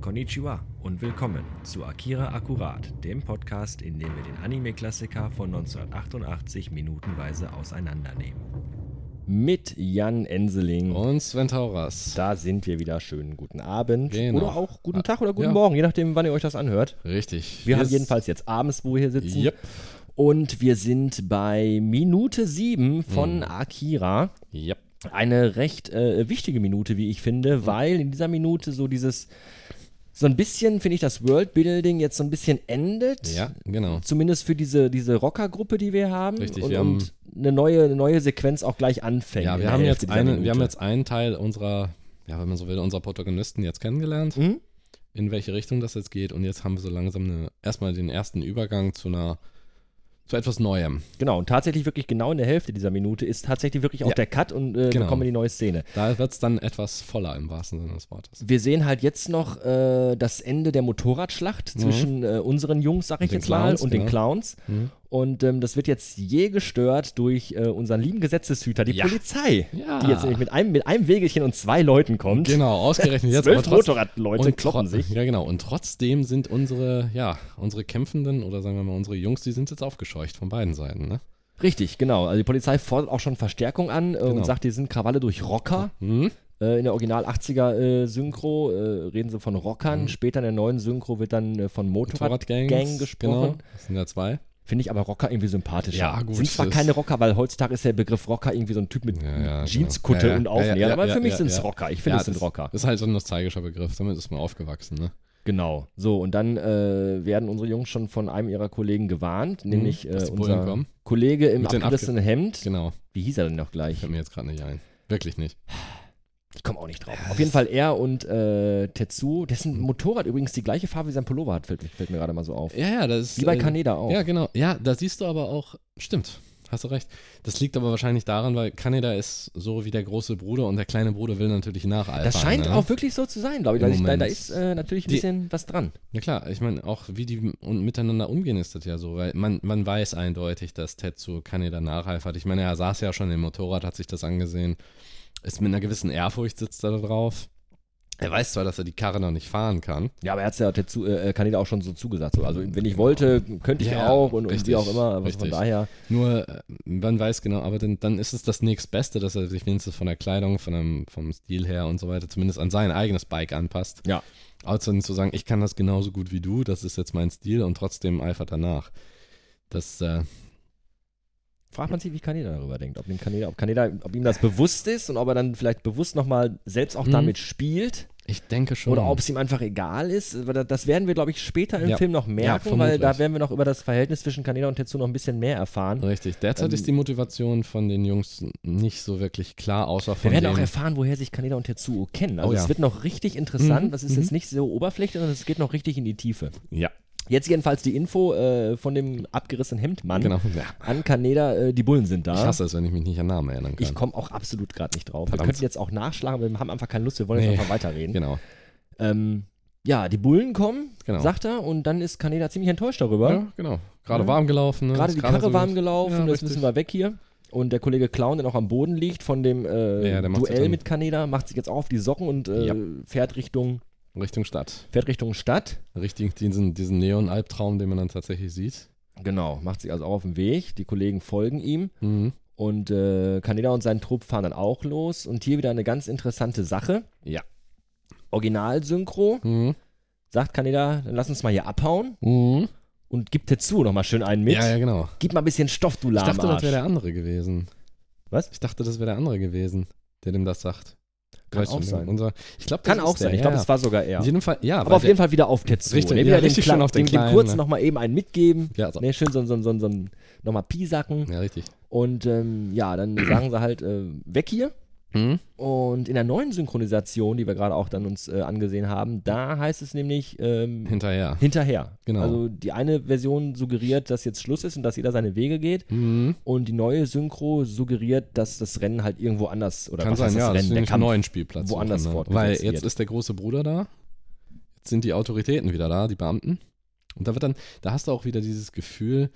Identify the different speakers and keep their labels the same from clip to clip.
Speaker 1: Konnichiwa und willkommen zu Akira Akkurat, dem Podcast, in dem wir den Anime-Klassiker von 1988 minutenweise auseinandernehmen. Mit Jan Enseling.
Speaker 2: Und Sven Tauras.
Speaker 1: Da sind wir wieder. Schönen guten Abend.
Speaker 2: Genau.
Speaker 1: Oder auch guten Tag oder guten
Speaker 2: Ja.
Speaker 1: Morgen, je nachdem, wann ihr euch das anhört.
Speaker 2: Richtig.
Speaker 1: Wir haben
Speaker 2: s-
Speaker 1: jedenfalls jetzt abends, wo wir hier sitzen.
Speaker 2: Yep.
Speaker 1: Und wir sind bei Minute 7
Speaker 2: Mhm.
Speaker 1: von Akira.
Speaker 2: Yep.
Speaker 1: Eine recht äh, wichtige Minute, wie ich finde,
Speaker 2: Mhm.
Speaker 1: weil in dieser Minute so dieses, so ein bisschen, finde ich, das Worldbuilding jetzt so ein bisschen endet.
Speaker 2: Ja, genau.
Speaker 1: Zumindest für diese, diese Rockergruppe, die wir haben.
Speaker 2: Richtig,
Speaker 1: und,
Speaker 2: wir
Speaker 1: und eine neue, eine neue Sequenz auch gleich anfängt.
Speaker 2: Ja,
Speaker 1: in
Speaker 2: wir
Speaker 1: der
Speaker 2: haben,
Speaker 1: Hälfte
Speaker 2: jetzt
Speaker 1: dieser
Speaker 2: einen,
Speaker 1: Minute.
Speaker 2: wir haben jetzt einen Teil unserer, ja, wenn man so will, unserer Protagonisten jetzt kennengelernt.
Speaker 1: Mhm.
Speaker 2: In welche Richtung das jetzt geht. Und jetzt haben wir so langsam eine, erstmal den ersten Übergang zu einer, zu etwas Neuem.
Speaker 1: Genau, und tatsächlich wirklich genau in der Hälfte dieser Minute ist tatsächlich wirklich auch
Speaker 2: Ja.
Speaker 1: der Cut und äh, wir
Speaker 2: Genau.
Speaker 1: kommen in die neue Szene.
Speaker 2: Da wird es dann etwas voller im wahrsten Sinne des Wortes.
Speaker 1: Wir sehen halt jetzt noch äh, das Ende der Motorradschlacht zwischen äh, unseren Jungs, sag ich
Speaker 2: Mhm. den
Speaker 1: jetzt
Speaker 2: Clowns,
Speaker 1: mal, und den
Speaker 2: genau.
Speaker 1: Clowns. Und ähm, das wird jetzt je gestört durch äh, unseren lieben Gesetzeshüter, die
Speaker 2: Ja.
Speaker 1: Polizei,
Speaker 2: Ja.
Speaker 1: die jetzt nämlich mit einem, mit einem Wegelchen und zwei Leuten kommt.
Speaker 2: Genau, ausgerechnet jetzt.
Speaker 1: Zwölf
Speaker 2: aber trotz-
Speaker 1: Motorradleute
Speaker 2: und
Speaker 1: kloppen
Speaker 2: tro-
Speaker 1: sich.
Speaker 2: Ja, genau. Und trotzdem sind unsere, ja, unsere Kämpfenden oder sagen wir mal unsere Jungs, die sind jetzt aufgescheucht von beiden Seiten, ne?
Speaker 1: Richtig, genau. Also die Polizei fordert auch schon Verstärkung an äh, und
Speaker 2: Genau. Mhm.
Speaker 1: sagt, die sind Krawalle durch Rocker. Äh, in der Original 80er äh, Synchro äh, reden sie von Rockern. Später in der neuen Synchro wird dann äh, von Motorradgang
Speaker 2: Mhm. Motorradgangs.
Speaker 1: gesprochen.
Speaker 2: Genau. Das sind ja zwei.
Speaker 1: Finde ich aber Rocker irgendwie sympathischer.
Speaker 2: Ja, gut,
Speaker 1: Sind zwar
Speaker 2: das-
Speaker 1: keine Rocker, weil heutzutage ist der Begriff Rocker irgendwie so ein Typ mit
Speaker 2: Ja, ja,
Speaker 1: Jeanskutte
Speaker 2: genau. Ja, ja,
Speaker 1: und Aufnäher.
Speaker 2: ja, ja,
Speaker 1: aber
Speaker 2: ja,
Speaker 1: für mich
Speaker 2: ja,
Speaker 1: sind es
Speaker 2: ja.
Speaker 1: Rocker. Ich finde, es sind
Speaker 2: das
Speaker 1: Rocker.
Speaker 2: Ist halt so ein nostalgischer Begriff, damit ist man aufgewachsen, ne?
Speaker 1: Genau. So, und dann äh, werden unsere Jungs schon von einem ihrer Kollegen
Speaker 2: Mhm.
Speaker 1: gewarnt, nämlich äh,
Speaker 2: dass die Bullen
Speaker 1: unser
Speaker 2: kommen.
Speaker 1: Kollege im
Speaker 2: Mit den
Speaker 1: abgerissenen Hemd.
Speaker 2: Genau.
Speaker 1: Wie hieß er denn noch gleich?
Speaker 2: Fällt mir jetzt gerade nicht ein. Wirklich nicht.
Speaker 1: Ich komme auch nicht drauf. Auf jeden Fall er und äh, Tetsu, dessen Motorrad übrigens die gleiche Farbe wie sein Pullover hat, fällt, fällt mir gerade mal so auf.
Speaker 2: Ja, ja, das ist.
Speaker 1: Wie bei
Speaker 2: äh,
Speaker 1: Kaneda auch.
Speaker 2: Ja, genau. Ja, da siehst du aber auch. Stimmt. Hast du recht. Das liegt aber wahrscheinlich daran, weil Kaneda ist so wie der große Bruder und der kleine Bruder will natürlich nacheifern.
Speaker 1: das scheint
Speaker 2: ne?
Speaker 1: auch wirklich so zu sein, glaube ich.
Speaker 2: Im
Speaker 1: weil ich da, da
Speaker 2: Moment.
Speaker 1: ist äh, natürlich ein
Speaker 2: Die-
Speaker 1: bisschen was dran.
Speaker 2: Ja klar, ich meine, auch wie die un- miteinander umgehen ist das ja so, weil man, man weiß eindeutig, dass Tetsu Kaneda nacheifert. Ich meine, er saß ja schon im Motorrad, hat sich das angesehen, ist mit einer gewissen Ehrfurcht sitzt er da drauf. Er weiß zwar, dass er die Karre noch nicht fahren kann.
Speaker 1: Ja, aber er hat ja dazu, äh, Kaneda auch schon so zugesagt. So. Also wenn ich wollte, könnte ich
Speaker 2: Ja,
Speaker 1: auch und, und wie
Speaker 2: richtig,
Speaker 1: auch immer. Also von
Speaker 2: richtig.
Speaker 1: daher,
Speaker 2: Nur, äh, man weiß genau, aber dann, dann ist es das nächstbeste, dass er sich wenigstens von der Kleidung, von einem, vom Stil her und so weiter, zumindest an sein eigenes Bike anpasst.
Speaker 1: ja.
Speaker 2: Außerdem zu sagen, ich kann das genauso gut wie du, das ist jetzt mein Stil und trotzdem eifert er nach. Das, äh,
Speaker 1: Fragt man sich, wie Kaneda darüber denkt. Ob, dem Kaneda, ob, Kaneda, ob ihm das bewusst ist und ob er dann vielleicht bewusst nochmal selbst auch
Speaker 2: Mhm.
Speaker 1: damit spielt
Speaker 2: ich denke schon.
Speaker 1: oder ob es ihm einfach egal ist. Weil da- Das werden wir, glaube ich, später im
Speaker 2: Ja.
Speaker 1: Film noch merken, weil
Speaker 2: vermutlich.
Speaker 1: da werden wir noch über das Verhältnis zwischen Kaneda und Tetsu noch ein bisschen mehr erfahren.
Speaker 2: Richtig. Derzeit
Speaker 1: Ähm,
Speaker 2: ist die Motivation von den Jungs nicht so wirklich klar, außer
Speaker 1: Wir
Speaker 2: von
Speaker 1: werden auch
Speaker 2: dem,
Speaker 1: erfahren, woher sich Kaneda und Tetsuo kennen. Also
Speaker 2: Oh ja.
Speaker 1: es wird noch richtig interessant.
Speaker 2: Mhm,
Speaker 1: Das ist jetzt nicht so oberflächlich, sondern es geht noch richtig in die Tiefe.
Speaker 2: Ja,
Speaker 1: Jetzt jedenfalls die Info äh, von dem abgerissenen Hemdmann
Speaker 2: genau. Ja.
Speaker 1: an Kaneda. Äh, die Bullen sind da.
Speaker 2: Ich hasse es, wenn ich mich nicht an Namen erinnern kann.
Speaker 1: Ich komme auch absolut gerade nicht drauf. Wir
Speaker 2: Verdammt.
Speaker 1: könnten jetzt auch nachschlagen, aber wir haben einfach keine Lust. Wir wollen jetzt
Speaker 2: Nee.
Speaker 1: einfach weiterreden.
Speaker 2: genau.
Speaker 1: Ähm, ja, die Bullen kommen,
Speaker 2: Genau.
Speaker 1: sagt er, und dann ist Kaneda ziemlich enttäuscht darüber.
Speaker 2: Ja, genau. Gerade warm gelaufen. Ne?
Speaker 1: Gerade
Speaker 2: Ist
Speaker 1: die Karre
Speaker 2: so-
Speaker 1: warm gelaufen,
Speaker 2: Ja,
Speaker 1: das
Speaker 2: richtig.
Speaker 1: müssen wir weg hier. Und der Kollege Clown, der noch am Boden liegt von dem äh,
Speaker 2: Ja, der macht sich
Speaker 1: Duell
Speaker 2: dann-
Speaker 1: mit Kaneda, macht sich jetzt auch auf die Socken und äh,
Speaker 2: Ja.
Speaker 1: fährt, Richtung,
Speaker 2: Richtung Stadt.
Speaker 1: fährt Richtung Stadt.
Speaker 2: Richtig diesen, diesen Neon-Albtraum, den man dann tatsächlich sieht.
Speaker 1: Genau, macht sich also auch auf den Weg. Die Kollegen folgen ihm.
Speaker 2: Mhm.
Speaker 1: Und äh, Kaneda und sein Trupp fahren dann auch los. Und hier wieder eine ganz interessante Sache.
Speaker 2: Ja.
Speaker 1: Original-Synchro.
Speaker 2: Mhm.
Speaker 1: Sagt Kaneda, dann lass uns mal hier abhauen.
Speaker 2: Mhm.
Speaker 1: Und gibt Tetsu nochmal schön einen mit.
Speaker 2: Ja, ja, genau.
Speaker 1: Gib mal ein bisschen Stoff, du
Speaker 2: Ich dachte, das wäre
Speaker 1: Lahmarsch.
Speaker 2: der andere gewesen.
Speaker 1: Was?
Speaker 2: Ich dachte, das wäre der andere gewesen, der dem das sagt.
Speaker 1: Kann
Speaker 2: Weißt
Speaker 1: auch
Speaker 2: du,
Speaker 1: sein.
Speaker 2: Unser, ich glaube,
Speaker 1: Kann auch sein.
Speaker 2: Der,
Speaker 1: Ich glaube,
Speaker 2: ja.
Speaker 1: es war sogar er.
Speaker 2: ja. Jeden Fall, ja,
Speaker 1: Aber
Speaker 2: weil
Speaker 1: auf jeden Fall wieder auf Tetsu.
Speaker 2: Richtig,
Speaker 1: Nehmen
Speaker 2: ja,
Speaker 1: wir den,
Speaker 2: richtig
Speaker 1: Kle-
Speaker 2: schön auf den
Speaker 1: den, den
Speaker 2: Kleinen,
Speaker 1: kurzen
Speaker 2: ne?
Speaker 1: nochmal eben einen mitgeben.
Speaker 2: der, ja, so.
Speaker 1: Ne, schön so, so, so, so ein nochmal Piesacken.
Speaker 2: ja, richtig.
Speaker 1: Und ähm, ja, dann sagen sie halt äh, weg hier.
Speaker 2: Mhm.
Speaker 1: Und in der neuen Synchronisation, die wir gerade auch dann uns äh, angesehen haben, da heißt es nämlich ähm,
Speaker 2: Hinterher.
Speaker 1: hinterher.
Speaker 2: Genau.
Speaker 1: Also die eine Version suggeriert, dass jetzt Schluss ist und dass jeder seine Wege geht.
Speaker 2: Mhm.
Speaker 1: Und die neue Synchro suggeriert, dass das Rennen halt irgendwo anders oder
Speaker 2: Kann
Speaker 1: was
Speaker 2: sein,
Speaker 1: heißt
Speaker 2: ja,
Speaker 1: das
Speaker 2: das ist
Speaker 1: Rennen, der
Speaker 2: nämlich einen
Speaker 1: Kampf.
Speaker 2: neuen Spielplatz.
Speaker 1: woanders
Speaker 2: suchen, ne?
Speaker 1: fortgesetzt
Speaker 2: Weil
Speaker 1: wird.
Speaker 2: jetzt ist der große Bruder da, jetzt sind die Autoritäten wieder da, die Beamten. Und da wird dann, da hast du auch wieder dieses Gefühl,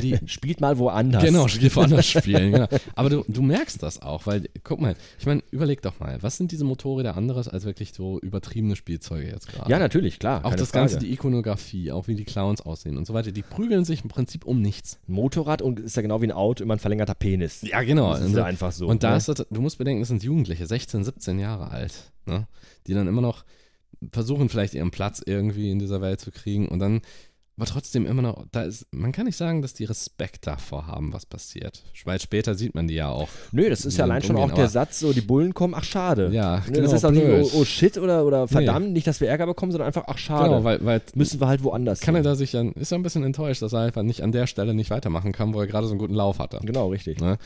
Speaker 2: die.
Speaker 1: Spielt mal woanders.
Speaker 2: Genau, geh woanders spielen, genau. Aber du, du merkst das auch, weil, guck mal, ich meine, überleg doch mal, was sind diese Motorräder anderes als wirklich so übertriebene Spielzeuge jetzt gerade?
Speaker 1: Ja, natürlich, klar.
Speaker 2: Auch
Speaker 1: keine
Speaker 2: das
Speaker 1: Frage.
Speaker 2: Ganze, die Ikonografie, auch wie die Clowns aussehen und so weiter, die prügeln sich im Prinzip um nichts.
Speaker 1: Ein Motorrad und ist ja genau wie ein Auto, immer ein verlängerter Penis.
Speaker 2: Ja, genau.
Speaker 1: Das ist ja einfach so.
Speaker 2: und da
Speaker 1: ne?
Speaker 2: ist das, du musst bedenken, das sind Jugendliche, 16, 17 Jahre alt, ne? die dann immer noch versuchen, vielleicht ihren Platz irgendwie in dieser Welt zu kriegen und dann, aber trotzdem immer noch, da ist, man kann nicht sagen, dass die Respekt davor haben, was passiert. Weil später sieht man die ja auch.
Speaker 1: Nö, das ist ja
Speaker 2: Mit
Speaker 1: allein schon
Speaker 2: umgehen,
Speaker 1: auch der
Speaker 2: aber-
Speaker 1: Satz, so die Bullen kommen, ach schade.
Speaker 2: Ja,
Speaker 1: ne,
Speaker 2: genau,
Speaker 1: Das ist auch nicht,
Speaker 2: blöd.
Speaker 1: oh, oh shit oder, oder verdammt, nicht, dass wir Ärger bekommen, sondern einfach, ach schade.
Speaker 2: Genau, weil, weil
Speaker 1: Müssen wir halt woanders. hin.
Speaker 2: Kanada sich dann, ist ja ein bisschen enttäuscht, dass er einfach nicht an der Stelle nicht weitermachen kann, wo er gerade so einen guten Lauf hatte.
Speaker 1: Genau, richtig.
Speaker 2: Ne?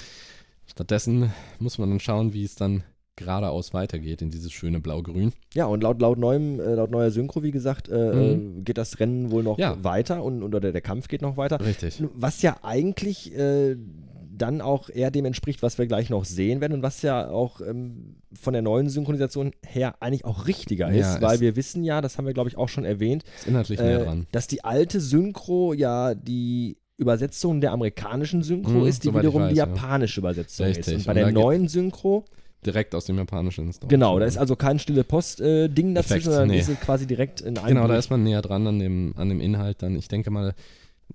Speaker 2: Stattdessen muss man dann schauen, wie es dann geradeaus weitergeht in dieses schöne Blau-Grün.
Speaker 1: Ja, und laut, laut, neuem, äh, laut neuer Synchro, wie gesagt, äh,
Speaker 2: Mhm.
Speaker 1: äh, geht das Rennen wohl noch
Speaker 2: Ja.
Speaker 1: weiter und oder der, der Kampf geht noch weiter.
Speaker 2: Richtig.
Speaker 1: Was ja eigentlich äh, dann auch eher dem entspricht, was wir gleich noch sehen werden und was ja auch ähm, von der neuen Synchronisation her eigentlich auch richtiger
Speaker 2: Ja,
Speaker 1: ist, weil
Speaker 2: es-
Speaker 1: wir wissen ja, das haben wir glaube ich auch schon erwähnt,
Speaker 2: Ist inhaltlich mehr
Speaker 1: äh,
Speaker 2: dran.
Speaker 1: dass die alte Synchro ja die Übersetzung der amerikanischen Synchro
Speaker 2: Mhm,
Speaker 1: ist, die
Speaker 2: soweit ich
Speaker 1: wiederum die
Speaker 2: weiß, ja.
Speaker 1: japanische Übersetzung ist.
Speaker 2: Richtig.
Speaker 1: Und bei
Speaker 2: Und da
Speaker 1: der
Speaker 2: geht-
Speaker 1: neuen Synchro,
Speaker 2: Direkt aus dem japanischen Store.
Speaker 1: genau, da ist also kein stille Post-Ding dazwischen,
Speaker 2: Effekt,
Speaker 1: sondern
Speaker 2: nee.
Speaker 1: ist es quasi direkt in einem.
Speaker 2: Genau, da
Speaker 1: durch.
Speaker 2: ist man näher dran an dem, an dem Inhalt dann. Ich denke mal,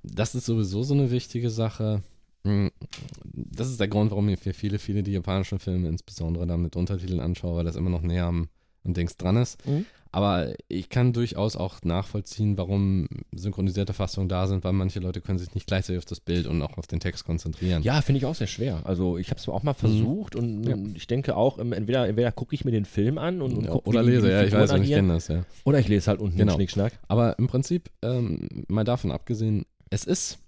Speaker 2: das ist sowieso so eine wichtige Sache. Mm, Das ist der Grund, warum ich für viele, viele die japanischen Filme insbesondere dann mit Untertiteln anschaue, weil das immer noch näher am, am Dings dran ist.
Speaker 1: Mhm.
Speaker 2: Aber ich kann durchaus auch nachvollziehen, warum synchronisierte Fassungen da sind, weil manche Leute können sich nicht gleichzeitig auf das Bild und auch auf den Text konzentrieren.
Speaker 1: Ja, finde ich auch sehr schwer. Also ich habe es auch mal versucht und
Speaker 2: Mhm. Ja.
Speaker 1: ich denke auch, ähm, entweder, entweder gucke ich mir den Film an und, und guck,
Speaker 2: Oder
Speaker 1: wie die-
Speaker 2: lese,
Speaker 1: die
Speaker 2: ja, ich
Speaker 1: Figuren
Speaker 2: weiß, ich
Speaker 1: agieren.
Speaker 2: kenne das, ja.
Speaker 1: Oder ich lese halt unten
Speaker 2: Genau.
Speaker 1: den Schnickschnack.
Speaker 2: Aber im Prinzip, ähm, mal davon abgesehen, es ist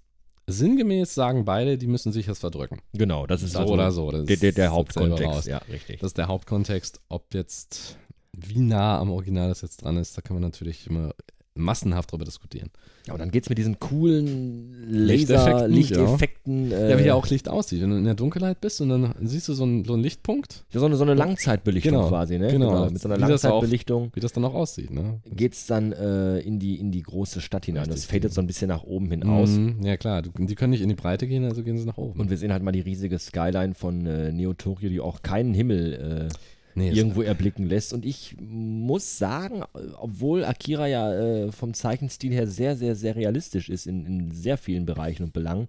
Speaker 2: sinngemäß sagen beide, die müssen sich das verdrücken.
Speaker 1: Genau, das ist
Speaker 2: So
Speaker 1: also
Speaker 2: oder so. Das
Speaker 1: der, der, der
Speaker 2: ist jetzt selber raus.
Speaker 1: Hauptkontext. Ja, richtig.
Speaker 2: Das ist der Hauptkontext. Ob jetzt, wie nah am Original das jetzt dran ist, da kann man natürlich immer massenhaft drüber diskutieren.
Speaker 1: Ja, und dann geht es mit diesen coolen
Speaker 2: Lichteffekten,
Speaker 1: Laser-Lichteffekten. äh,
Speaker 2: ja, wie ja auch Licht aussieht. Wenn du in der Dunkelheit bist und dann siehst du so einen, so einen Lichtpunkt,
Speaker 1: so eine, so eine Langzeitbelichtung
Speaker 2: Genau,
Speaker 1: quasi, ne?
Speaker 2: genau.
Speaker 1: Mit so einer
Speaker 2: Wie das auch-
Speaker 1: Langzeitbelichtung
Speaker 2: wie das dann auch aussieht. Ne?
Speaker 1: geht es dann äh, in, die, in die große Stadt hinein. Das
Speaker 2: Richtig,
Speaker 1: fadet
Speaker 2: genau.
Speaker 1: so ein bisschen nach oben hin aus.
Speaker 2: Mhm, ja, klar. Du, die können nicht in die Breite gehen, also gehen sie nach oben.
Speaker 1: Und wir sehen halt mal die riesige Skyline von äh, Neo Tokyo, die auch keinen Himmel äh,
Speaker 2: nee, es-
Speaker 1: irgendwo erblicken lässt. Und ich muss sagen, obwohl Akira ja äh, vom Zeichenstil her sehr, sehr, sehr realistisch ist in, in sehr vielen Bereichen und Belangen,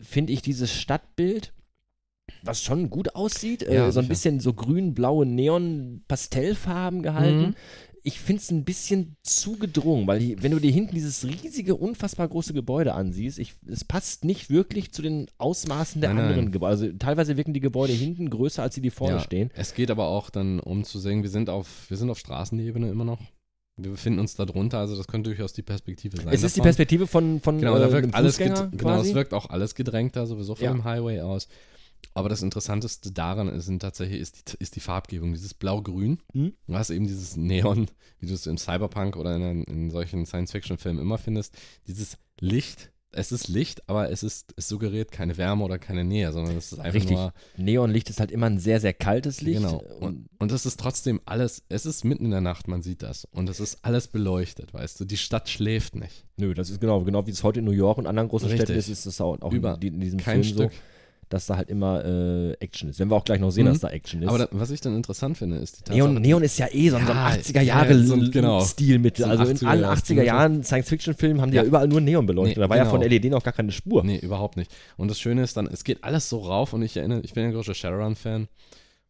Speaker 1: finde ich dieses Stadtbild, was schon gut aussieht,
Speaker 2: Ja,
Speaker 1: äh, so ein
Speaker 2: sicher.
Speaker 1: bisschen so grün-blaue Neon-Pastellfarben gehalten.
Speaker 2: Mhm.
Speaker 1: Ich finde es ein bisschen zu gedrungen, weil die, wenn du dir hinten dieses riesige, unfassbar große Gebäude ansiehst, ich, es passt nicht wirklich zu den Ausmaßen der
Speaker 2: Nein, nein.
Speaker 1: anderen Gebäude. Also teilweise wirken die Gebäude hinten größer, als sie die vorne
Speaker 2: ja,
Speaker 1: stehen.
Speaker 2: Es geht aber auch dann um zu sehen, wir sind auf, wir sind auf Straßenebene immer noch. Wir befinden uns da drunter, also das könnte durchaus die Perspektive sein.
Speaker 1: Es ist die
Speaker 2: davon.
Speaker 1: Perspektive von, von
Speaker 2: Genau,
Speaker 1: äh,
Speaker 2: da wirkt
Speaker 1: einem
Speaker 2: alles
Speaker 1: Fußgänger
Speaker 2: ged- genau,
Speaker 1: quasi.
Speaker 2: es wirkt auch alles gedrängter sowieso von
Speaker 1: Ja.
Speaker 2: dem Highway aus. Aber das Interessanteste daran ist sind tatsächlich ist die, ist die Farbgebung, dieses Blau-Grün.
Speaker 1: Mhm.
Speaker 2: Du hast eben dieses Neon, wie du es im Cyberpunk oder in, in solchen Science-Fiction-Filmen immer findest. Dieses Licht, es ist Licht, aber es ist, es suggeriert keine Wärme oder keine Nähe, sondern es ist einfach
Speaker 1: Richtig.
Speaker 2: nur
Speaker 1: Neonlicht ist halt immer ein sehr, sehr kaltes Licht.
Speaker 2: Genau.
Speaker 1: Und
Speaker 2: Und, und das ist trotzdem alles, es ist mitten in der Nacht, man sieht das. Und es ist alles beleuchtet, weißt du. Die Stadt schläft nicht.
Speaker 1: nö, das ist genau, genau wie es heute in New York und anderen großen
Speaker 2: Richtig.
Speaker 1: Städten ist, ist es auch, auch
Speaker 2: Über-
Speaker 1: in, die- in diesem
Speaker 2: Kein
Speaker 1: Film
Speaker 2: Stück.
Speaker 1: so, dass da halt immer äh, Action ist. Wenn wir auch gleich noch sehen,
Speaker 2: Mhm.
Speaker 1: dass da Action ist.
Speaker 2: Aber da, was ich dann interessant finde, ist die Tatsache,
Speaker 1: Neon, Neon ist ja eh so ein, so ein
Speaker 2: Ja,
Speaker 1: 80er Jahre
Speaker 2: ja, so ein- genau.
Speaker 1: Stilmittel.
Speaker 2: So ein
Speaker 1: Also in
Speaker 2: 80er
Speaker 1: allen
Speaker 2: Jahre
Speaker 1: 80er Jahren Science-Fiction-Filmen haben die ja.
Speaker 2: Ja.
Speaker 1: überall nur Neon beleuchtet.
Speaker 2: Nee,
Speaker 1: da war ja
Speaker 2: genau.
Speaker 1: von LED noch gar keine Spur.
Speaker 2: Nee, überhaupt nicht. Und das Schöne ist dann, es geht alles so rauf und ich erinnere, ich bin ja ein großer Shadowrun-Fan.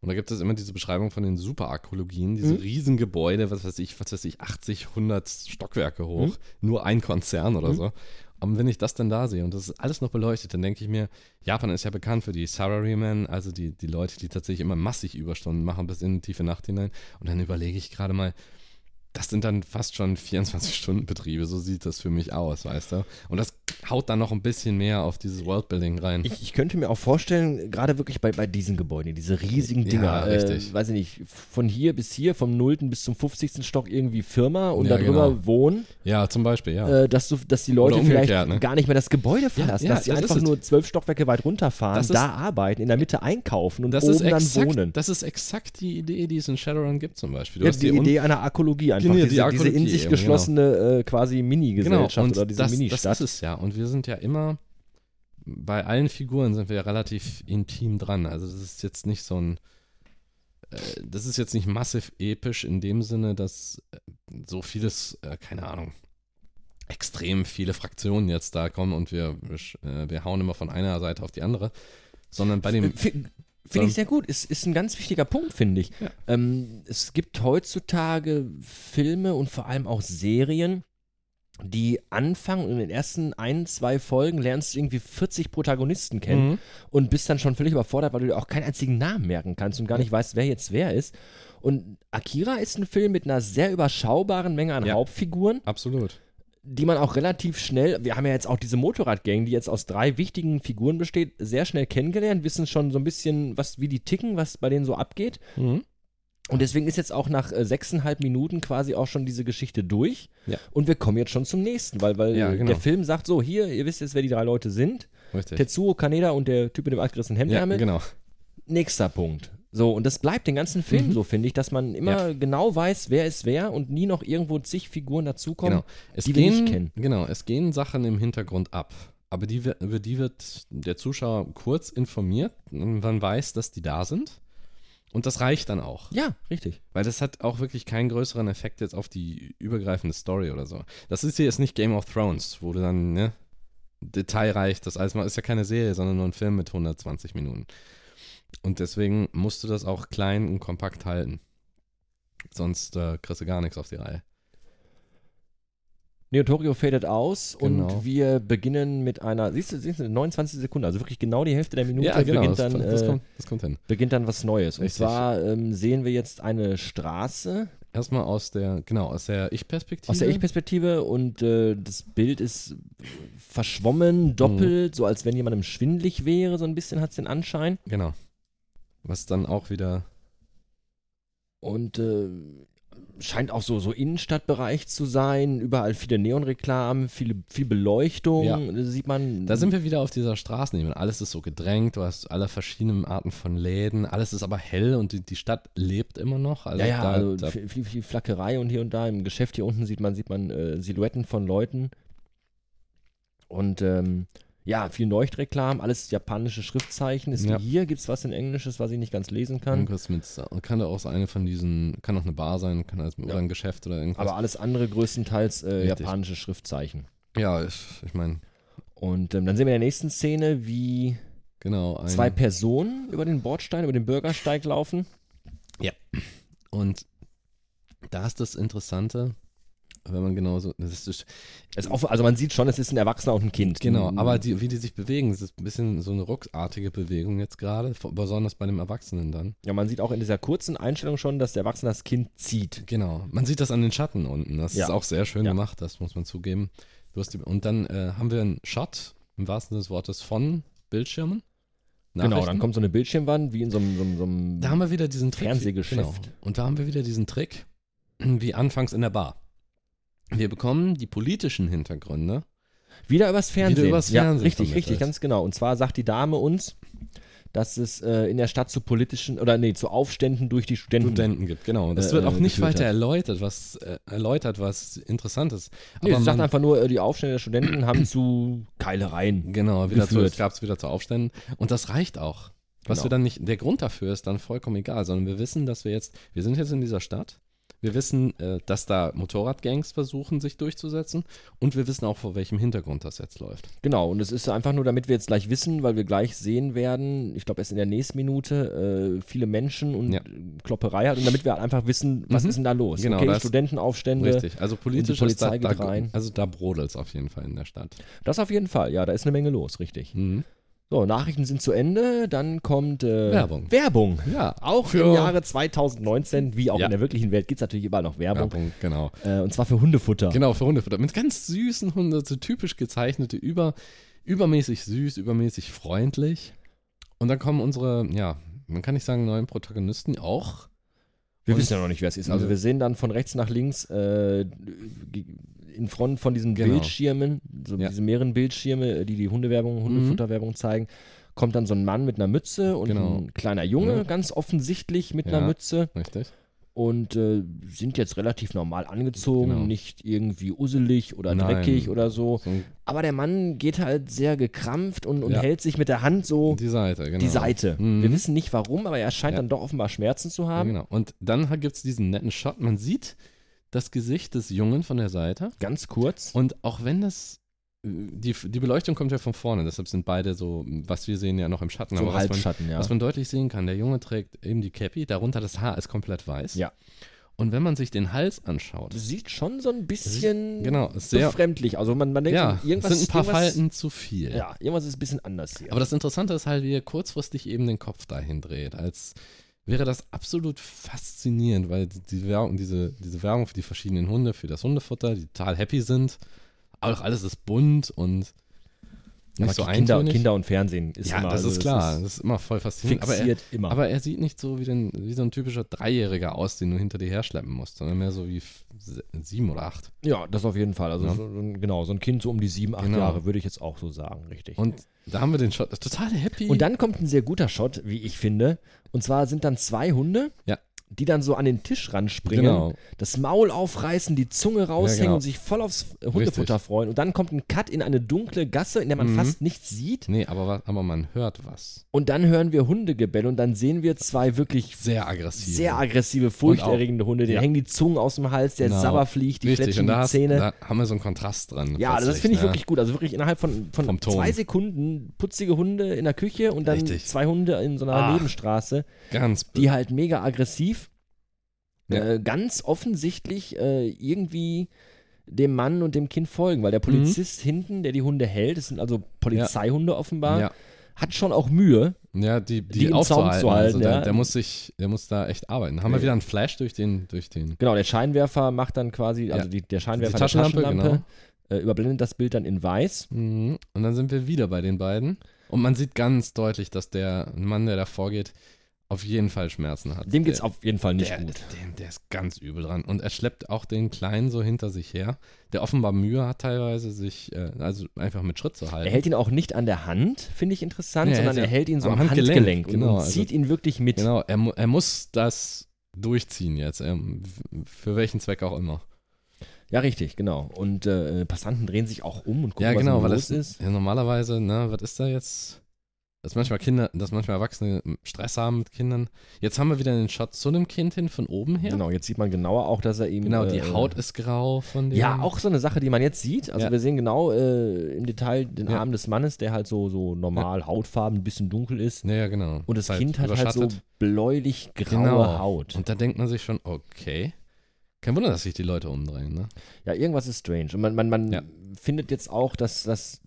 Speaker 2: Und da gibt es immer diese Beschreibung von den Superarkologien, diese
Speaker 1: Mhm.
Speaker 2: Riesengebäude, was weiß ich, was weiß ich, 80, 100 Stockwerke hoch,
Speaker 1: Mhm.
Speaker 2: nur ein Konzern oder
Speaker 1: Mhm.
Speaker 2: so. Und wenn ich das dann da sehe und das ist alles noch beleuchtet, dann denke ich mir, Japan ist ja bekannt für die Salarymen, also die, die Leute, die tatsächlich immer massig Überstunden machen bis in die tiefe Nacht hinein. Und dann überlege ich gerade mal, das sind dann fast schon 24-Stunden-Betriebe, so sieht das für mich aus, weißt du? Und das haut da noch ein bisschen mehr auf dieses Worldbuilding rein.
Speaker 1: Ich, ich könnte mir auch vorstellen, gerade wirklich bei, bei diesen Gebäuden, diese riesigen
Speaker 2: Ja,
Speaker 1: Dinger,
Speaker 2: richtig.
Speaker 1: Äh, weiß ich nicht, von hier bis hier, vom 0. bis zum 50. Stock irgendwie Firma und
Speaker 2: Ja,
Speaker 1: darüber
Speaker 2: genau.
Speaker 1: wohnen,
Speaker 2: ja, zum Beispiel, ja.
Speaker 1: äh, dass, du, dass die Leute
Speaker 2: Oder umgekehrt,
Speaker 1: vielleicht
Speaker 2: ne?
Speaker 1: gar nicht mehr das Gebäude verlassen,
Speaker 2: ja,
Speaker 1: dass sie
Speaker 2: das ist
Speaker 1: einfach
Speaker 2: es.
Speaker 1: nur zwölf Stockwerke weit runterfahren,
Speaker 2: Das ist-
Speaker 1: da arbeiten, in der Mitte einkaufen und
Speaker 2: das
Speaker 1: oben
Speaker 2: ist,
Speaker 1: dann
Speaker 2: exakt,
Speaker 1: wohnen.
Speaker 2: das ist exakt die Idee, die es in Shadowrun gibt zum Beispiel. Du
Speaker 1: Ja,
Speaker 2: hast
Speaker 1: die
Speaker 2: hier un-
Speaker 1: Idee einer Arkologie einfach,
Speaker 2: Genau, die
Speaker 1: diese, diese in
Speaker 2: Arkologie
Speaker 1: sich
Speaker 2: eben,
Speaker 1: geschlossene äh, quasi Mini-Gesellschaft
Speaker 2: Genau, und
Speaker 1: oder diese
Speaker 2: das,
Speaker 1: Mini-Stadt.
Speaker 2: Das ist es ja. Und wir sind ja immer, bei allen Figuren sind wir ja relativ intim dran. Also das ist jetzt nicht so ein, äh, das ist jetzt nicht massiv episch in dem Sinne, dass äh, so vieles, äh, keine Ahnung, extrem viele Fraktionen jetzt da kommen und wir, wir sch- äh, wir hauen immer von einer Seite auf die andere. Sondern bei dem,
Speaker 1: Äh, Finde
Speaker 2: Ähm,
Speaker 1: ich sehr gut. Ist, ist ein ganz wichtiger Punkt, finde ich.
Speaker 2: Ja.
Speaker 1: Ähm, es gibt heutzutage Filme und vor allem auch Serien, die anfangen und in den ersten ein, zwei Folgen lernst du irgendwie 40 Protagonisten kennen
Speaker 2: Mhm.
Speaker 1: und bist dann schon völlig überfordert, weil du dir auch keinen einzigen Namen merken kannst und gar nicht weißt, wer jetzt wer ist. Und Akira ist ein Film mit einer sehr überschaubaren Menge an
Speaker 2: Ja.
Speaker 1: Hauptfiguren
Speaker 2: absolut.
Speaker 1: die man auch relativ schnell, wir haben ja jetzt auch diese Motorradgang, die jetzt aus drei wichtigen Figuren besteht, sehr schnell kennengelernt, wissen schon so ein bisschen, was, wie die ticken, was bei denen so abgeht.
Speaker 2: Mhm.
Speaker 1: Und deswegen ist jetzt auch nach äh, sechseinhalb Minuten quasi auch schon diese Geschichte durch.
Speaker 2: Ja.
Speaker 1: Und wir kommen jetzt schon zum nächsten, weil, weil
Speaker 2: Ja,
Speaker 1: äh,
Speaker 2: genau.
Speaker 1: der Film sagt so, hier, ihr wisst jetzt, wer die drei Leute sind.
Speaker 2: Richtig.
Speaker 1: Tetsuo Kaneda und der Typ mit dem abgerissenen
Speaker 2: Ja,
Speaker 1: Hemdärmel.
Speaker 2: genau.
Speaker 1: Nächster Punkt. So, und das bleibt den ganzen
Speaker 2: Mhm.
Speaker 1: Film so, finde ich, dass man immer genau weiß, wer ist wer und nie noch irgendwo zig Figuren dazukommen.
Speaker 2: Genau. Es
Speaker 1: die wir
Speaker 2: gehen,
Speaker 1: nicht kennen.
Speaker 2: Genau, es gehen Sachen im Hintergrund ab. Aber die, wir- über die wird der Zuschauer kurz informiert, man weiß, dass die da sind. Und das reicht dann auch.
Speaker 1: Ja, richtig.
Speaker 2: Weil das hat auch wirklich keinen größeren Effekt jetzt auf die übergreifende Story oder so. Das ist hier jetzt nicht Game of Thrones, wo du dann, ne, detailreich das alles mal, ist ja keine Serie, sondern nur ein Film mit 120 Minuten. Und deswegen musst du das auch klein und kompakt halten. Sonst äh, kriegst du gar nichts auf die Reihe.
Speaker 1: Neotorio fadet aus und
Speaker 2: Genau.
Speaker 1: wir beginnen mit einer, siehst du, siehst du, 29 Sekunden, also wirklich genau die Hälfte der Minute beginnt,
Speaker 2: das,
Speaker 1: dann,
Speaker 2: das,
Speaker 1: äh,
Speaker 2: kommt, das kommt hin.
Speaker 1: beginnt dann was Neues. Und
Speaker 2: Richtig.
Speaker 1: zwar ähm, sehen wir jetzt eine Straße
Speaker 2: Erstmal aus der, genau, aus der Ich-Perspektive.
Speaker 1: aus der Ich-Perspektive und äh, das Bild ist verschwommen, doppelt,
Speaker 2: Mhm.
Speaker 1: so als wenn jemandem schwindlig wäre, so ein bisschen hat es den Anschein.
Speaker 2: Genau. Was dann auch wieder,
Speaker 1: Und äh, scheint auch so, so Innenstadtbereich zu sein, überall viele Neonreklamen, viele, viel Beleuchtung,
Speaker 2: Ja.
Speaker 1: äh, sieht man.
Speaker 2: da sind wir wieder auf dieser Straßenebene. Alles ist so gedrängt, du hast alle verschiedenen Arten von Läden, alles ist aber hell und die, die Stadt lebt immer noch. Also
Speaker 1: ja, ja,
Speaker 2: da,
Speaker 1: also
Speaker 2: da,
Speaker 1: viel, viel, viel Flackerei und hier und da. Im Geschäft hier unten sieht man, sieht man äh, Silhouetten von Leuten. Und ähm, ja, viel Leuchtreklam, alles japanische Schriftzeichen. Ist
Speaker 2: Ja.
Speaker 1: Hier gibt es was in Englisches, was ich nicht ganz lesen kann.
Speaker 2: irgendwas mit, kann da auch so eine von diesen, kann auch eine Bar sein, kann als, oder ein Geschäft oder irgendwas.
Speaker 1: Aber alles andere größtenteils äh,
Speaker 2: Richtig.
Speaker 1: japanische Schriftzeichen.
Speaker 2: ja, ich, ich meine,
Speaker 1: Und ähm, dann sehen wir in der nächsten Szene, wie
Speaker 2: genau. Ein,
Speaker 1: zwei Personen über den Bordstein, über den Bürgersteig laufen.
Speaker 2: und da ist das Interessante, wenn man genauso, das ist,
Speaker 1: Es ist auch, also man sieht schon, es ist ein Erwachsener und ein Kind. Mhm.
Speaker 2: Genau, aber die, wie die sich bewegen, das ist ein bisschen so eine ruckartige Bewegung jetzt gerade, vor- besonders bei dem Erwachsenen dann.
Speaker 1: Ja, man sieht auch in dieser kurzen Einstellung schon, dass der Erwachsene das Kind zieht.
Speaker 2: Genau, man sieht das an den Schatten unten, das
Speaker 1: Ja.
Speaker 2: ist auch sehr schön
Speaker 1: Ja.
Speaker 2: gemacht, das muss man zugeben. Du hast die, und dann äh, haben wir einen Shot, im wahrsten Sinne des Wortes, von Bildschirmen.
Speaker 1: Genau,
Speaker 2: Nachrichten.
Speaker 1: dann kommt so eine Bildschirmwand, wie in so einem, so einem, so einem
Speaker 2: Da haben wir wieder diesen Trick. Genau.
Speaker 1: Fernsehgeschäft.
Speaker 2: Und da haben wir wieder diesen Trick, wie anfangs in der Bar. Wir bekommen die politischen Hintergründe
Speaker 1: wieder übers Fernsehen.
Speaker 2: Wieder übers
Speaker 1: ja,
Speaker 2: Fernsehen
Speaker 1: richtig,
Speaker 2: vermittelt.
Speaker 1: richtig, ganz genau. Und zwar sagt die Dame uns, dass es äh, in der Stadt zu politischen, oder nee, zu Aufständen durch die Studenten.
Speaker 2: Studenten gibt, genau. Und das
Speaker 1: Äh,
Speaker 2: wird
Speaker 1: äh,
Speaker 2: auch nicht
Speaker 1: geführt
Speaker 2: weiter
Speaker 1: hat.
Speaker 2: erläutert, was äh, erläutert, was interessant ist. Aber
Speaker 1: Nee, sie sagt
Speaker 2: man-
Speaker 1: einfach nur, äh, die Aufstände der Studenten haben zu Keilereien.
Speaker 2: Genau, wieder zu,
Speaker 1: geführt.
Speaker 2: es gab es wieder zu Aufständen. Und das reicht auch. Was
Speaker 1: Genau.
Speaker 2: wir dann nicht, der Grund dafür ist dann vollkommen egal, sondern wir wissen, dass wir jetzt, wir sind jetzt in dieser Stadt, wir wissen, äh, dass da Motorradgangs versuchen, sich durchzusetzen und wir wissen auch, vor welchem Hintergrund das jetzt läuft.
Speaker 1: Genau, und es ist einfach nur, damit wir jetzt gleich wissen, weil wir gleich sehen werden, ich glaube erst in der nächsten Minute, äh, viele Menschen und
Speaker 2: Ja.
Speaker 1: Klopperei hat, und damit wir halt einfach wissen, was
Speaker 2: Mhm.
Speaker 1: ist denn da los?
Speaker 2: Genau,
Speaker 1: okay,
Speaker 2: das-
Speaker 1: Studentenaufstände,
Speaker 2: Richtig, also politisch ist da,
Speaker 1: Polizei
Speaker 2: da,
Speaker 1: geht rein.
Speaker 2: also da brodelt es auf jeden Fall in der Stadt.
Speaker 1: das auf jeden Fall, ja, da ist eine Menge los, richtig.
Speaker 2: Mhm.
Speaker 1: So, Nachrichten sind zu Ende, dann kommt äh,
Speaker 2: Werbung.
Speaker 1: Werbung.
Speaker 2: Ja,
Speaker 1: Auch
Speaker 2: für-
Speaker 1: im Jahre 2019, wie auch
Speaker 2: Ja.
Speaker 1: in der wirklichen Welt, gibt es natürlich immer noch Werbung.
Speaker 2: Werbung, genau.
Speaker 1: Äh, und zwar für Hundefutter.
Speaker 2: Genau, für Hundefutter. Mit ganz süßen Hunden, so typisch gezeichnete, über, übermäßig süß, übermäßig freundlich. Und dann kommen unsere, ja, man kann nicht sagen neuen Protagonisten auch.
Speaker 1: Wir
Speaker 2: Und-
Speaker 1: wissen ja noch nicht, wer es ist. Also
Speaker 2: Nö.
Speaker 1: wir sehen dann von rechts nach links äh, ge- in Front von diesen
Speaker 2: Genau.
Speaker 1: Bildschirmen, so
Speaker 2: Ja. Mhm.
Speaker 1: diese mehreren Bildschirme, äh, die die Hundewerbung, Hundefutterwerbung zeigen, kommt dann so ein Mann mit einer Mütze und
Speaker 2: Genau.
Speaker 1: ein kleiner Junge,
Speaker 2: Ja.
Speaker 1: ganz offensichtlich mit
Speaker 2: Ja.
Speaker 1: einer Mütze
Speaker 2: Richtig?
Speaker 1: und äh, sind jetzt relativ normal angezogen,
Speaker 2: Genau.
Speaker 1: nicht irgendwie usselig oder
Speaker 2: Nein.
Speaker 1: dreckig oder so.
Speaker 2: So
Speaker 1: Aber der Mann geht halt sehr gekrampft und, und
Speaker 2: Ja.
Speaker 1: hält sich mit der Hand so
Speaker 2: die Seite, genau.
Speaker 1: Oh, die Seite.
Speaker 2: Mhm.
Speaker 1: Wir wissen nicht warum, aber er scheint
Speaker 2: Ja.
Speaker 1: dann doch offenbar Schmerzen zu
Speaker 2: Ja,
Speaker 1: haben.
Speaker 2: genau. Und dann gibt es diesen netten Shot. Man sieht das Gesicht des Jungen von der Seite.
Speaker 1: Ganz kurz.
Speaker 2: Und auch wenn das. äh, Die, die Beleuchtung kommt ja von vorne, deshalb sind beide so, was wir sehen, ja noch im Schatten.
Speaker 1: So
Speaker 2: aber was man,
Speaker 1: Halbschatten, ja.
Speaker 2: Was man deutlich sehen kann, der Junge trägt eben die Cappy, darunter das Haar ist komplett weiß.
Speaker 1: Ja.
Speaker 2: Und wenn man sich den Hals anschaut,
Speaker 1: sieht schon so ein bisschen
Speaker 2: genau, ist sehr,
Speaker 1: befremdlich. Also man, man denkt,
Speaker 2: ja,
Speaker 1: so, irgendwas,
Speaker 2: es sind ein paar
Speaker 1: irgendwas,
Speaker 2: Falten zu viel.
Speaker 1: Ja, irgendwas ist ein bisschen anders hier.
Speaker 2: Aber das Interessante ist halt, wie er kurzfristig eben den Kopf dahin dreht, als wäre das absolut faszinierend, weil die- die Werbung, diese, diese Werbung für die verschiedenen Hunde, für das Hundefutter, die total happy sind, auch alles ist bunt und nicht
Speaker 1: Aber
Speaker 2: so
Speaker 1: Kinder,
Speaker 2: eintönig.
Speaker 1: Kinder und Fernsehen ist
Speaker 2: ja,
Speaker 1: immer,
Speaker 2: das
Speaker 1: also
Speaker 2: ist
Speaker 1: es
Speaker 2: klar,
Speaker 1: Ist
Speaker 2: das ist immer voll faszinierend. Aber er,
Speaker 1: fixiert immer.
Speaker 2: Aber er sieht nicht so wie, den, wie so ein typischer Dreijähriger aus, den du hinter dir herschleppen musst, sondern mehr so wie f- se- sieben oder acht.
Speaker 1: ja, das auf jeden Fall. Also
Speaker 2: Ja.
Speaker 1: so, so ein- genau, so ein Kind so um die sieben, acht
Speaker 2: Genau.
Speaker 1: Jahre würde ich jetzt auch so sagen, richtig.
Speaker 2: Und da haben wir den Shot. Total happy.
Speaker 1: Und dann kommt ein sehr guter Shot, wie ich finde. Und zwar sind dann zwei Hunde,
Speaker 2: Ja.
Speaker 1: die dann so an den Tisch ranspringen,
Speaker 2: Genau.
Speaker 1: das Maul aufreißen, die Zunge raushängen
Speaker 2: genau.
Speaker 1: und sich voll aufs Hundefutter freuen. Und dann kommt ein Cut in eine dunkle Gasse, in der man
Speaker 2: Mhm.
Speaker 1: fast nichts sieht.
Speaker 2: nee, aber, wa- aber man hört was.
Speaker 1: Und dann hören wir Hundegebell und dann sehen wir zwei wirklich
Speaker 2: Sehr aggressiv.
Speaker 1: sehr aggressive, furchterregende Hunde. Denen
Speaker 2: Ja.
Speaker 1: hängen die Zungen aus dem Hals, der
Speaker 2: Genau.
Speaker 1: Sabber fliegt, die
Speaker 2: Richtig,
Speaker 1: fletschen
Speaker 2: und da,
Speaker 1: die
Speaker 2: hast,
Speaker 1: Zähne.
Speaker 2: da haben wir so einen Kontrast dran.
Speaker 1: ja, das
Speaker 2: plötzlich,
Speaker 1: finde ich
Speaker 2: ne?
Speaker 1: wirklich gut. Also wirklich innerhalb von, von
Speaker 2: Vom Ton.
Speaker 1: zwei Sekunden putzige Hunde in der Küche und dann
Speaker 2: Richtig. Ah.
Speaker 1: zwei Hunde in so einer
Speaker 2: Ach.
Speaker 1: Nebenstraße,
Speaker 2: Ganz
Speaker 1: die halt mega aggressiv,
Speaker 2: Ja.
Speaker 1: äh, ganz offensichtlich äh, irgendwie dem Mann und dem Kind folgen, weil der
Speaker 2: Mhm.
Speaker 1: Polizist hinten, der die Hunde hält, das sind also Polizeihunde offenbar,
Speaker 2: ja,
Speaker 1: hat schon auch Mühe,
Speaker 2: ja, die,
Speaker 1: die
Speaker 2: die,
Speaker 1: im Zaum
Speaker 2: aufzuhalten.
Speaker 1: zu halten,
Speaker 2: also der,
Speaker 1: ja.
Speaker 2: der muss sich, der muss da echt arbeiten. Haben wir
Speaker 1: Ja.
Speaker 2: wieder einen Flash durch den, durch den.
Speaker 1: Genau, der Scheinwerfer macht dann quasi, also
Speaker 2: Ja.
Speaker 1: die, der Scheinwerfer
Speaker 2: Die
Speaker 1: der
Speaker 2: Taschenlampe, Genau.
Speaker 1: Taschenlampe äh, überblendet das Bild dann in weiß.
Speaker 2: Mhm. Und dann sind wir wieder bei den beiden. Und man sieht ganz deutlich, dass der Mann, der da vorgeht, auf jeden Fall Schmerzen hat.
Speaker 1: Dem geht's
Speaker 2: Der-
Speaker 1: auf jeden Fall nicht
Speaker 2: der,
Speaker 1: gut.
Speaker 2: Dem, der ist ganz übel dran. Und er schleppt auch den Kleinen so hinter sich her, der offenbar Mühe hat teilweise, sich äh, also einfach mit Schritt zu halten.
Speaker 1: Er hält ihn auch nicht an der Hand, finde ich interessant,
Speaker 2: Nee, er
Speaker 1: sondern
Speaker 2: hält
Speaker 1: er
Speaker 2: ihn
Speaker 1: hält ihn so am
Speaker 2: am
Speaker 1: Handgelenk,
Speaker 2: Handgelenk,
Speaker 1: und,
Speaker 2: genau,
Speaker 1: und
Speaker 2: also-
Speaker 1: zieht ihn wirklich mit.
Speaker 2: genau, er, mu- er muss das durchziehen jetzt, ähm, f- für welchen Zweck auch immer.
Speaker 1: Ja, richtig, genau. Und äh, Passanten drehen sich auch um und gucken,
Speaker 2: ja, genau,
Speaker 1: was
Speaker 2: weil
Speaker 1: denn los
Speaker 2: das
Speaker 1: ist.
Speaker 2: Ja, normalerweise, ne, was ist da jetzt? Dass manchmal Kinder, dass manchmal Erwachsene Stress haben mit Kindern. Jetzt haben wir wieder den Shot zu dem Kind hin von oben her.
Speaker 1: Genau, jetzt sieht man genauer auch, dass er ihm.
Speaker 2: Genau, die
Speaker 1: äh,
Speaker 2: Haut ist grau von dem.
Speaker 1: Ja, auch so eine Sache, die man jetzt sieht. Also
Speaker 2: Ja.
Speaker 1: wir sehen genau äh, im Detail den
Speaker 2: Ja.
Speaker 1: Arm des Mannes, der halt so, so normal Hautfarben, ein bisschen dunkel ist.
Speaker 2: Ja, ja, genau.
Speaker 1: Und das
Speaker 2: Ist halt
Speaker 1: Kind hat halt so
Speaker 2: überschattet. Genau.
Speaker 1: bläulich-graue Haut.
Speaker 2: Und da denkt man sich schon, okay. Kein Wunder, dass sich die Leute umdrehen, ne?
Speaker 1: Ja, irgendwas ist strange. Und man, man, man
Speaker 2: Ja.
Speaker 1: findet jetzt auch, dass, dass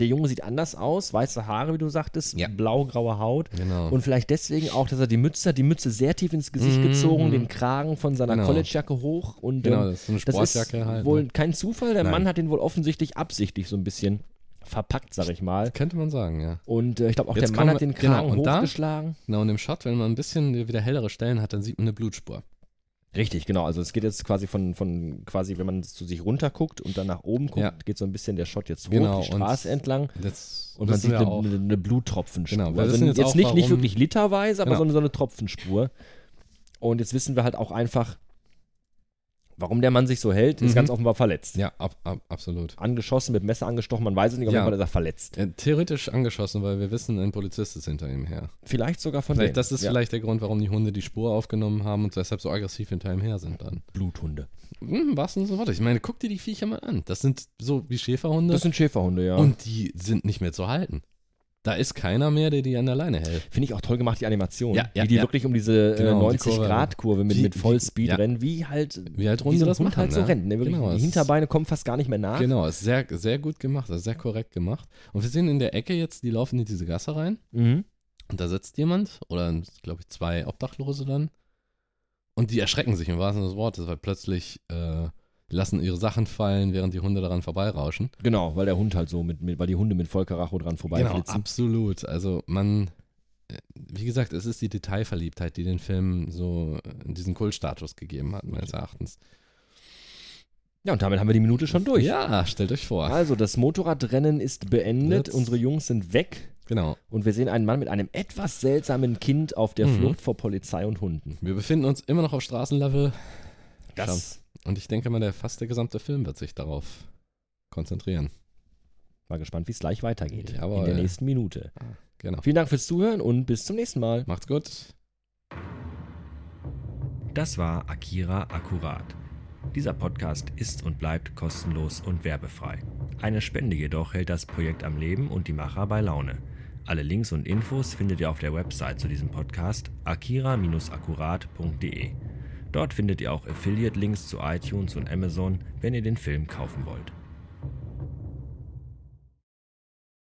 Speaker 1: der Junge sieht anders aus, weiße Haare, wie du sagtest,
Speaker 2: Ja.
Speaker 1: blau-graue Haut.
Speaker 2: Genau.
Speaker 1: Und vielleicht deswegen auch, dass er die Mütze hat, die Mütze sehr tief ins Gesicht
Speaker 2: Mhm.
Speaker 1: gezogen, den Kragen von seiner
Speaker 2: Genau.
Speaker 1: Collegejacke hoch. Und
Speaker 2: genau,
Speaker 1: ähm,
Speaker 2: das ist so eine
Speaker 1: das ist
Speaker 2: Sportjacke halt.
Speaker 1: wohl
Speaker 2: ne?
Speaker 1: kein Zufall. Der
Speaker 2: Nein.
Speaker 1: Mann hat den wohl offensichtlich absichtlich so ein bisschen verpackt, sag ich mal.
Speaker 2: Könnte man sagen, ja.
Speaker 1: Und äh, ich glaube auch,
Speaker 2: Jetzt
Speaker 1: der Mann
Speaker 2: kommen
Speaker 1: hat
Speaker 2: wir-
Speaker 1: den Kragen
Speaker 2: genau, und da-
Speaker 1: hochgeschlagen.
Speaker 2: Genau, und im Shot, wenn man ein bisschen wieder hellere Stellen hat, dann sieht man eine Blutspur.
Speaker 1: Richtig, genau. Also es geht jetzt quasi von, von quasi, wenn man zu sich runterguckt und dann nach oben guckt,
Speaker 2: Ja.
Speaker 1: geht so ein bisschen der Shot jetzt hoch,
Speaker 2: Genau,
Speaker 1: die Straße
Speaker 2: und-
Speaker 1: entlang.
Speaker 2: Und jetzt
Speaker 1: Und man
Speaker 2: wissen
Speaker 1: sieht
Speaker 2: wir
Speaker 1: eine,
Speaker 2: auch,
Speaker 1: eine, eine Bluttropfenspur.
Speaker 2: Genau, wir
Speaker 1: also
Speaker 2: wissen
Speaker 1: jetzt,
Speaker 2: jetzt auch,
Speaker 1: nicht, nicht
Speaker 2: warum-
Speaker 1: wirklich literweise, aber
Speaker 2: Genau.
Speaker 1: so, eine, so eine Tropfenspur. Und jetzt wissen wir halt auch einfach, warum der Mann sich so hält, ist
Speaker 2: Mhm.
Speaker 1: ganz offenbar verletzt.
Speaker 2: ja, ab, ab, absolut.
Speaker 1: Angeschossen, mit Messer angestochen, man weiß es nicht, auf
Speaker 2: Ja.
Speaker 1: jeden Fall ist er verletzt.
Speaker 2: Äh, Theoretisch angeschossen, weil wir wissen, ein Polizist ist hinter ihm her.
Speaker 1: Vielleicht sogar von
Speaker 2: Vielleicht,
Speaker 1: denen.
Speaker 2: das ist
Speaker 1: ja.
Speaker 2: vielleicht der Grund, warum die Hunde die Spur aufgenommen haben und deshalb so aggressiv hinter ihm her sind dann.
Speaker 1: Bluthunde.
Speaker 2: Hm, was denn so? Warte, ich meine, guck dir die Viecher mal an. Das sind so wie Schäferhunde
Speaker 1: Das sind Schäferhunde, ja.
Speaker 2: und die sind nicht mehr zu halten. Da ist keiner mehr, der die an der Leine hält.
Speaker 1: Finde ich auch toll gemacht, die Animation.
Speaker 2: Ja, ja,
Speaker 1: wie die
Speaker 2: ja.
Speaker 1: wirklich um diese
Speaker 2: Genau, die
Speaker 1: äh, 90-Grad-Kurve mit,
Speaker 2: Die-
Speaker 1: mit Vollspeed
Speaker 2: ja.
Speaker 1: rennen, wie halt,
Speaker 2: Wie halt
Speaker 1: wie
Speaker 2: Runde
Speaker 1: so ein
Speaker 2: das
Speaker 1: Hund
Speaker 2: machen.
Speaker 1: halt so
Speaker 2: ne?
Speaker 1: rennt. Ne? Wirklich,
Speaker 2: Genau,
Speaker 1: die
Speaker 2: es-
Speaker 1: Hinterbeine kommen fast gar nicht mehr nach.
Speaker 2: Genau, ist sehr, sehr gut gemacht, also sehr korrekt gemacht. Und wir sehen in der Ecke jetzt, die laufen in diese Gasse rein.
Speaker 1: Mhm.
Speaker 2: Und da sitzt jemand, oder glaube ich zwei Obdachlose dann. Und die erschrecken sich im wahrsten Sinne des Wortes, weil plötzlich äh, die lassen ihre Sachen fallen, während die Hunde daran vorbeirauschen.
Speaker 1: genau, weil der Hund halt so, mit, mit, weil die Hunde mit Vollkaracho dran vorbeiflitzen.
Speaker 2: Genau, absolut. Also man, äh, wie gesagt, es ist die Detailverliebtheit, die den Film so äh, diesen Kultstatus gegeben hat, meines Erachtens.
Speaker 1: Ja, und damit haben wir die Minute schon durch.
Speaker 2: Ja, stellt euch vor.
Speaker 1: Also, das Motorradrennen ist beendet,
Speaker 2: Jetzt-
Speaker 1: unsere Jungs sind weg
Speaker 2: Genau.
Speaker 1: und wir sehen einen Mann mit einem etwas seltsamen Kind auf der
Speaker 2: Mhm.
Speaker 1: Flucht vor Polizei und Hunden.
Speaker 2: Wir befinden uns immer noch auf Straßenlevel.
Speaker 1: Das
Speaker 2: Und ich denke mal, der, fast der gesamte Film wird sich darauf konzentrieren.
Speaker 1: mal gespannt, wie es gleich weitergeht in
Speaker 2: Jawohl.
Speaker 1: der nächsten Minute.
Speaker 2: Genau.
Speaker 1: Vielen Dank fürs Zuhören und bis zum nächsten Mal.
Speaker 2: Macht's gut.
Speaker 3: Das war Akira Akkurat. Dieser Podcast ist und bleibt kostenlos und werbefrei. Eine Spende jedoch hält das Projekt am Leben und die Macher bei Laune. Alle Links und Infos findet ihr auf der Website zu diesem Podcast akira-akkurat.de. Dort findet ihr auch Affiliate-Links zu iTunes und Amazon, wenn ihr den Film kaufen wollt.